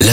la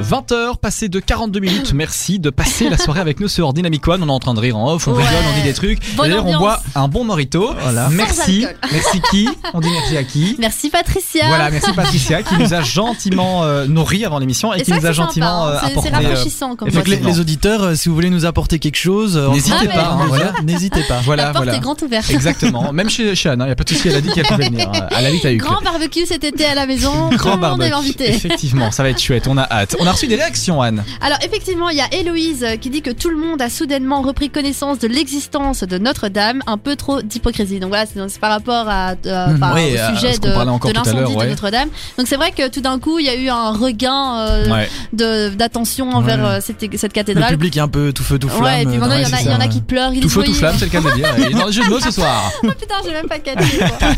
20h, passé de 42 minutes. Merci de passer la soirée avec nous sur Dynamic One. On est en train de rire en off, on Ouais. rigole, on dit des trucs. Bonne D'ailleurs, on ambiance. boit un bon morito. Merci. alcool. Merci qui On dit merci à qui Merci Patricia. Voilà, merci Patricia qui nous a gentiment euh, nourri avant l'émission et, Et qui ça, nous a c'est sympa, gentiment hein. euh, C'est- apporté. C'est rafraîchissant comme et fait boisson. que les- les auditeurs, euh, si vous voulez nous apporter quelque chose, euh, n'hésitez Ah, pas. mais- hein, voilà, N'hésitez pas. Voilà, La porte voilà. est grande ouverte. Exactement. Même chez chez Anne, hein. il n'y a pas de souci, elle a dit qu'elle pouvait venir. Euh, À la vie, t'as eu. Grand barbecue cet été à la maison. Tout Grand le monde est barbecue. invité. Effectivement, ça va être chouette, on a hâte. On a reçu des réactions, Anne. Alors effectivement, il y a Héloïse euh, qui dit que tout le monde a soudainement repris connaissance de l'existence de Notre-Dame. Un peu trop d'hypocrisie. Donc voilà, c'est donc c'est par rapport à, euh, Mhm. enfin, Hmm, Oui, à au sujet ce qu'on de, parlait encore de tout à l'heure, l'incendie ouais. de Notre-Dame. Donc c'est vrai que tout d'un coup, il y a eu un regain euh, de- d'attention envers Ouais. euh, cette, cette Le cathédrale. public est un peu tout feu, tout flamme. euh, ouais, et puis maintenant, il y, en a- il y en a qui pleurent. ils Tout disent, feu, tout oui, flamme, c'est le cas de le dire. Il est dans le jeu de mots ce soir. Putain, j'ai même pas catché. quoi.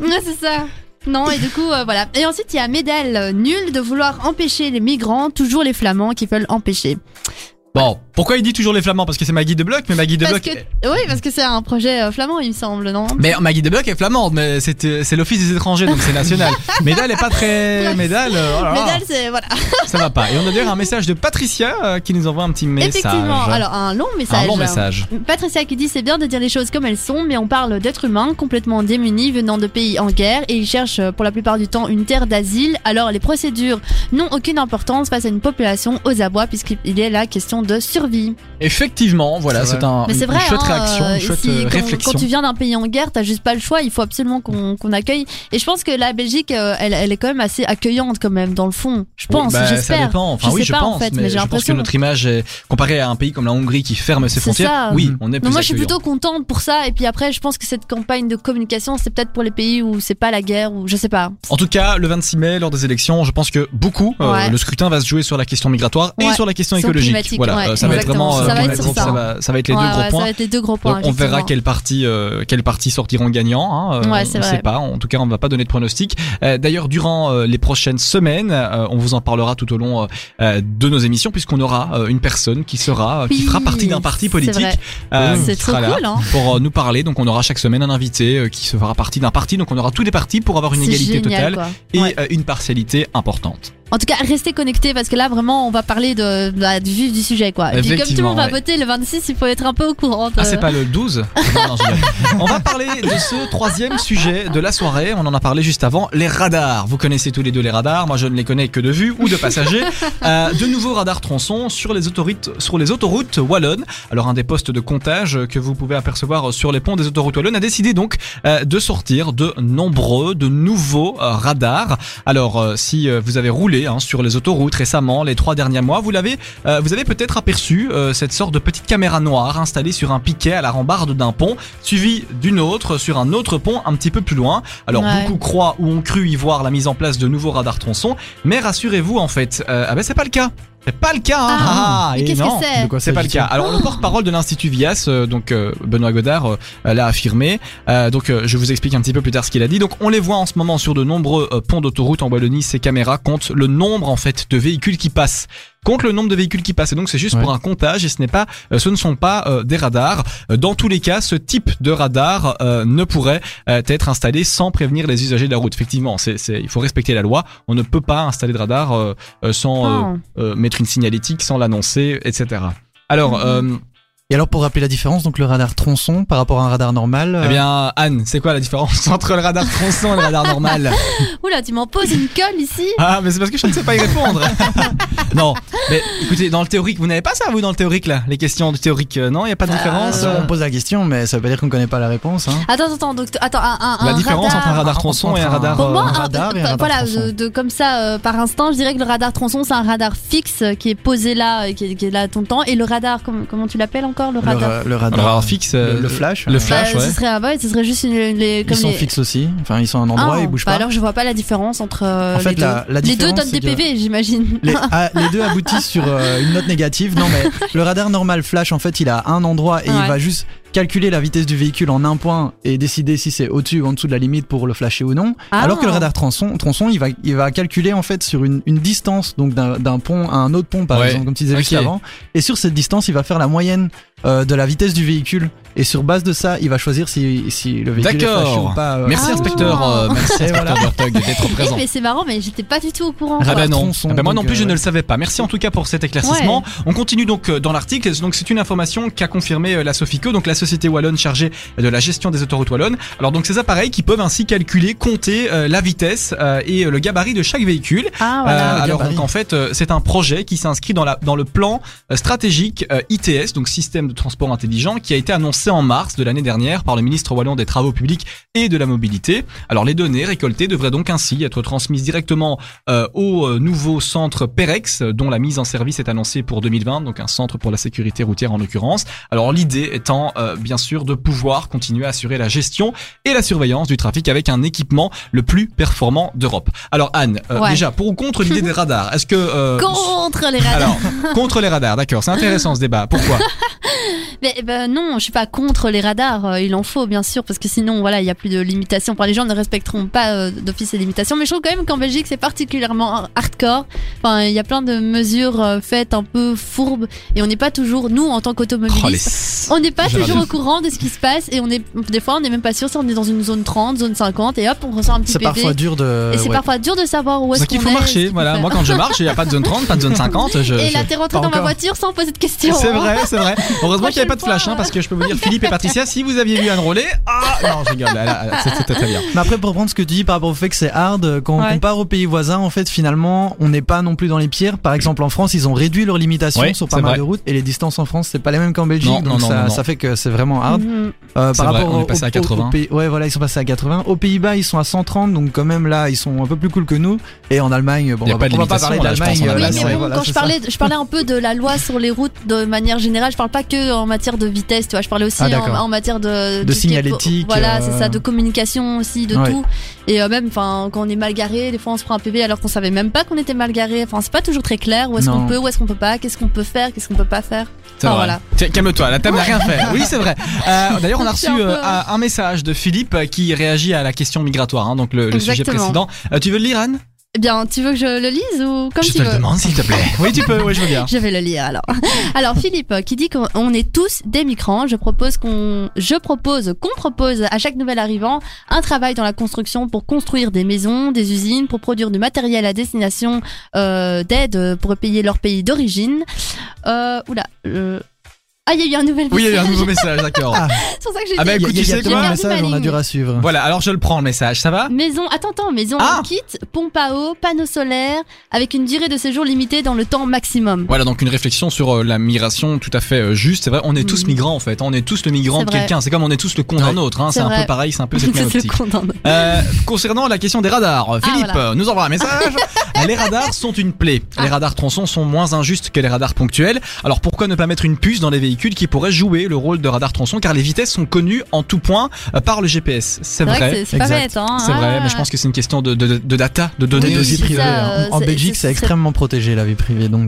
ouais, c'est ça. Non, et du coup, euh, voilà. Et ensuite, il y a Médal, euh, nul de vouloir empêcher les migrants, toujours les flamands qui veulent empêcher. Bon, pourquoi il dit toujours les flamands Parce que c'est Maggie de Bloch, mais Maggie de Parce Bloch. que, oui, parce que c'est un projet euh, flamand, il me semble, non Mais Maggie de Bloch est flamande, mais c'est euh, c'est l'office des étrangers, donc c'est national. Médal est pas très. Médal, euh, oh là là, Médal, c'est. Voilà. ça va pas. Et on a d'ailleurs un message de Patricia euh, qui nous envoie un petit message. Effectivement. Alors, un long message. un long message. Patricia qui dit c'est bien de dire les choses comme elles sont, mais on parle d'êtres humains complètement démunis venant de pays en guerre et ils cherchent euh, pour la plupart du temps une terre d'asile. Alors les procédures n'ont aucune importance face à une population aux abois puisqu'il est la question de survie. Effectivement, voilà, C'est c'est un, Mais une, c'est vrai, chouette hein, réaction, euh, une chouette si- euh, quand, réflexion. quand tu viens d'un pays en guerre, t'as juste pas le choix, il faut absolument qu'on qu'on accueille. Et je pense que la Belgique, euh, elle, elle est quand même assez accueillante quand même dans le fond. Je Oui, pense, bah, Ça j'espère. dépend. Enfin, Je oui, sais je pas, pense, en fait, mais, mais j'ai je pense que l'impression. notre image, est, comparée à un pays comme la Hongrie qui ferme ses C'est frontières, ça. oui, on est plus Donc moi je suis accueillant. plutôt contente pour ça et puis après je pense que cette campagne de communication c'est peut-être pour les pays où c'est pas la guerre ou je sais pas. En tout cas, le 26 mai, lors des élections, je pense que beaucoup, euh, Ouais. le scrutin va se jouer sur la question migratoire et Ouais. sur la question Sur le écologique. climatique, Voilà, ouais, euh, ça va être exactement. vraiment, Ça va être voilà, sur ça. va- ça va être les Ouais, deux gros ouais, points. Ça va être les deux gros points. Donc, on verra effectivement. quel parti, euh, quel parti sortiront gagnant. Hein. Euh, Ouais, on c'est ne vrai. sait pas. En tout cas, on ne va pas donner de pronostic. Euh, D'ailleurs, durant euh, les prochaines semaines, euh, on vous en parlera tout au long euh, euh, de nos émissions, puisqu'on aura euh, une personne qui sera, euh, qui Oui, fera partie d'un parti c'est politique. vrai. C'est qui trop sera là cool, hein. Pour euh, nous parler. Donc, on aura chaque semaine un invité euh, qui se fera partie d'un parti. Donc, on aura tous les partis pour avoir une C'est égalité totale génial, quoi. et Ouais. euh, une partialité importante. En tout cas, restez connectés parce que là, vraiment, on va parler de, bah, du vif du sujet, quoi. Et puis, comme tout le Effectivement, monde va ouais. voter le 26, il faut être un peu au courant. Ah, euh. c'est pas le 12 Non, non, je rigole. On va parler de ce troisième sujet de la soirée. On en a parlé juste avant, les radars. Vous connaissez tous les deux les radars. Moi, je ne les connais que de vue ou de passager. Euh, de nouveaux radars tronçons sur les, autoroutes, sur les autoroutes wallonnes. Alors, un des postes de comptage que vous pouvez apercevoir sur les ponts des autoroutes wallonnes a décidé donc euh, de sortir de nombreux, de nouveaux euh, radars. Alors, euh, si euh, vous avez roulé hein, sur les autoroutes récemment, les trois derniers mois, vous l'avez euh, vous avez peut-être aperçu euh, cette sorte de petite caméra noire installée sur un piquet à la rambarde d'un pont, suivie d'une autre sur un autre pont un petit peu plus loin. Alors Ouais. beaucoup croient ou ont cru y voir la mise en place de nouveaux radars tronçons, mais rassurez-vous en fait, euh, ah ben c'est pas le cas. C'est pas le cas. hein. Ah, mais et qu'est-ce que non. c'est de quoi C'est pas le cas. s'agit-il Alors le porte-parole de l'Institut Vias, euh, donc euh, Benoît Godard, euh, euh, l'a affirmé. Euh, donc euh, je vous explique un petit peu plus tard ce qu'il a dit. Donc on les voit en ce moment sur de nombreux euh, ponts d'autoroute en Wallonie. Ces caméras comptent le nombre en fait de véhicules qui passent. Compte le nombre de véhicules qui passent. Et donc c'est juste Ouais. pour un comptage et ce n'est pas, euh, ce ne sont pas euh, des radars. Euh, Dans tous les cas, ce type de radar euh, ne pourrait euh, être installé sans prévenir les usagers de la route. Effectivement, c'est, c'est- il faut respecter la loi. On ne peut pas installer de radar euh, euh, sans euh, Oh. euh, mettre une signalétique sans l'annoncer, etc. Alors, euh, Et alors, pour rappeler la différence, donc le radar tronçon par rapport à un radar normal. eh euh, bien, Anne, c'est quoi la différence entre le radar tronçon et le radar normal Oula, tu m'en poses une colle ici Ah, mais c'est parce que je ne sais pas y répondre. non, mais écoutez, dans le théorique, vous n'avez pas ça, vous, dans le théorique, là Les questions du théorique, euh, non, il n'y a Ah, pas de différence euh, euh on pose la question, mais ça veut pas dire qu'on connaît pas la réponse. Hein. Attends, attends, donc, t- attends, un, un, La un différence radar. entre un radar tronçon et un Entre un- radar... Pour moi, euh, Ah. un- radar et un euh, radar voilà, tronçon. de, de- comme ça, euh, par instinct, je dirais que le radar tronçon, c'est un radar fixe euh, qui est posé là, euh, qui est, qui est là tout le temps. Et le radar, com- comment tu l'appelles encore, le Le, radar ra- le un radar. radar fixe... euh, Le, le flash. le euh, flash, Bah, ouais. ce, serait, ah ouais, ce serait juste une, les, Ils comme sont les- fixes aussi. Enfin, ils sont à un endroit, Ah, ils bougent bah pas. Alors je vois pas la différence entre euh, En fait, les deux. la- les la deux différence, donnent des c'est que- PV, j'imagine. Les, ah, les deux aboutissent sur euh, une note négative. Non, mais le radar normal flash, en fait, il a un endroit et Ouais. il va juste calculer la vitesse du véhicule en un point et décider si c'est au-dessus ou en dessous de la limite pour le flasher ou non. Ah. Alors que le radar tronçon, tronçon il, va, il va calculer en fait sur une, une distance donc d'un d'un pont à un autre pont par Ouais. exemple, comme tu disais juste Ok. avant. Et sur cette distance, il va faire la moyenne euh, de la vitesse du véhicule. Et sur base de ça, il va choisir si, si le véhicule est D'accord. flashé ou pas. euh, Merci Ah. inspecteur, euh, merci inspecteur Vertog d'être Eh, présent. mais c'est marrant, mais j'étais pas du tout au courant. Ah quoi. bah non. tronçon, Ah bah moi non donc, plus, je euh, ne le savais pas. Merci en tout cas pour cet éclaircissement. On continue donc euh, dans l'article. Donc c'est une information qu'a confirmé euh, la Sofico, donc la société wallonne chargée de la gestion des autoroutes wallonnes. Alors donc ces appareils qui peuvent ainsi calculer, compter euh, la vitesse euh, et euh, le gabarit de chaque véhicule. Ah Euh, voilà. alors gabarit. donc en fait euh, c'est un projet qui s'inscrit dans, la- dans le plan euh, stratégique euh, ITS, donc système de transport intelligent, qui a été annoncé en mars de l'année dernière par le ministre wallon des Travaux publics et de la mobilité. Alors les données récoltées devraient donc ainsi être transmises directement euh, au euh, nouveau centre Perex, euh, dont la mise en service est annoncée pour 2020, donc un centre pour la sécurité routière en l'occurrence. Alors l'idée étant euh, bien sûr de pouvoir continuer à assurer la gestion et la surveillance du trafic avec un équipement le plus performant d'Europe. Alors Anne, euh, Ouais. déjà pour ou contre l'idée des radars, est-ce que euh, Contre les radars. alors contre les radars, d'accord, c'est intéressant ce débat. Pourquoi Mais eh ben non, je suis pas contre les radars. euh, il en faut bien sûr parce que sinon voilà, il y a plus de limitations. Enfin, les gens ne respecteront pas euh, d'office ces limitations. Mais je trouve quand même qu'en Belgique c'est particulièrement hardcore. Enfin, il y a plein de mesures euh, faites un peu fourbes et on n'est pas toujours nous en tant Oh, les qu'automobilistes. s- on n'est pas J'ai toujours raté. au courant de ce qui se passe et on est des fois on n'est même pas sûr si on est dans une zone 30, zone 50 et hop on ressort un petit C'est bébé. parfois dur de. euh, et c'est ouais. parfois dur de savoir où est-ce Donc qu'on est. il faut ce qu'il marcher, faut voilà. faire. Moi quand je marche, il n'y a pas de zone 30, pas de zone 50. Je, Et je- là t'es rentré dans pas ma encore. voiture sans poser de questions. C'est hein. vrai, c'est vrai. Heureusement qu'il n'y avait pas de Prochaine flash, hein, fois, parce que je peux vous dire, Philippe et Patricia, si vous aviez vu Anne Rollet, ah non, je rigole, là, là, c'est- c'était très bien. Mais après, pour reprendre ce que tu dis par rapport au fait que c'est hard, euh, quand Ouais. on compare aux pays voisins, en fait, finalement, on n'est pas non plus dans les pires. Par exemple, en France, ils ont réduit leurs limitations Ouais, sur pas c'est mal vrai. de routes et les distances en France, c'est pas les mêmes qu'en Belgique. Non, non, donc non, ça, non, non. ça fait que c'est vraiment hard. Mhm. Euh, C'est par vrai, rapport on est au- passé à au- au 80. pays- ouais, voilà, ils sont passés à 80. Aux Pays-Bas, ils sont à 130, donc quand même là, ils sont un peu plus cool que nous. Et en Allemagne, bon, Y a on pas va de on va pas limitation, parler là, je d'Allemagne. pense, en euh, Oui, Voilà, mais c'est- bon, voilà, quand c'est je ça. parlais, je parlais un peu de la loi sur les routes de manière générale. Je parle pas que en matière de vitesse, tu vois. Je parlais aussi Ah, en, d'accord. en matière de, De tout ce qui est- signalétique, Voilà, euh, c'est ça, de communication aussi, de Ouais. tout. Et euh, même, enfin, quand on est mal garé, des fois on se prend un PV alors qu'on savait même pas qu'on était mal garé. Enfin, c'est pas toujours très clair. Où est-ce qu'on Non. peut, où est-ce qu'on peut pas, qu'est-ce qu'on peut faire, qu'est-ce qu'on peut pas faire. C'est Ah, vrai. voilà. Tiens, Calme-toi, la table n'a rien fait. Oui, c'est vrai. Euh, D'ailleurs, on a reçu C'est un peu- euh, un un message de Philippe euh, qui réagit à la question migratoire, hein, donc le, le sujet Exactement. précédent. Euh, tu veux le lire, Anne Eh bien, tu veux que je le lise ou comme Je tu te le veux demande, s'il te plaît. Oui, tu peux, oui, je veux bien. Je vais le lire alors. Alors Philippe qui dit qu'on on est tous des migrants, je propose qu'on je propose qu'on propose à chaque nouvel arrivant un travail dans la construction pour construire des maisons, des usines, pour produire du matériel à destination euh, d'aide pour payer leur pays d'origine. Euh, oula. euh, Ah, il y a eu un nouvel Oui, il y a eu un message. nouveau message, d'accord. C'est pour ça que j'ai Ah bah, dit- Il y a- écoute, il y tu a sais tellement de quoi J'ai perdu messages, ma on a dû ligne. à suivre. Voilà, alors je le prends le message, ça va Maison, attends, attends, maison Ah en kit, pompe à eau, panneau solaire, avec une durée de séjour limitée dans le temps maximum. Voilà, donc une réflexion sur euh, la migration tout à fait euh, juste. C'est vrai, on est tous Mhm. migrants en fait. On est tous le migrant C'est de vrai. quelqu'un. C'est comme on est tous le con d'un autre. hein. C'est C'est un vrai. peu pareil, c'est un peu Je cette même optique. le condamne. Euh, concernant la question des radars, Philippe Ah, voilà. Ah. euh, nous envoie un message. les radars sont une plaie. Les radars tronçons sont moins injustes que les radars ponctuels. Alors pourquoi ne pas mettre une puce dans les véhicules qui pourraient jouer le rôle de radar tronçon car les vitesses sont connues en tout point euh, par le GPS. C'est C'est vrai que vrai. c'est- c'est pas exact. bête, hein. C'est vrai, Ah. mais je pense que c'est une question de, de- de data, de Des données Oui, dossiers aussi. c'est privés, ça, hein. euh, En en c'est- Belgique, c'est- c'est c'est- extrêmement protégé la vie privée, donc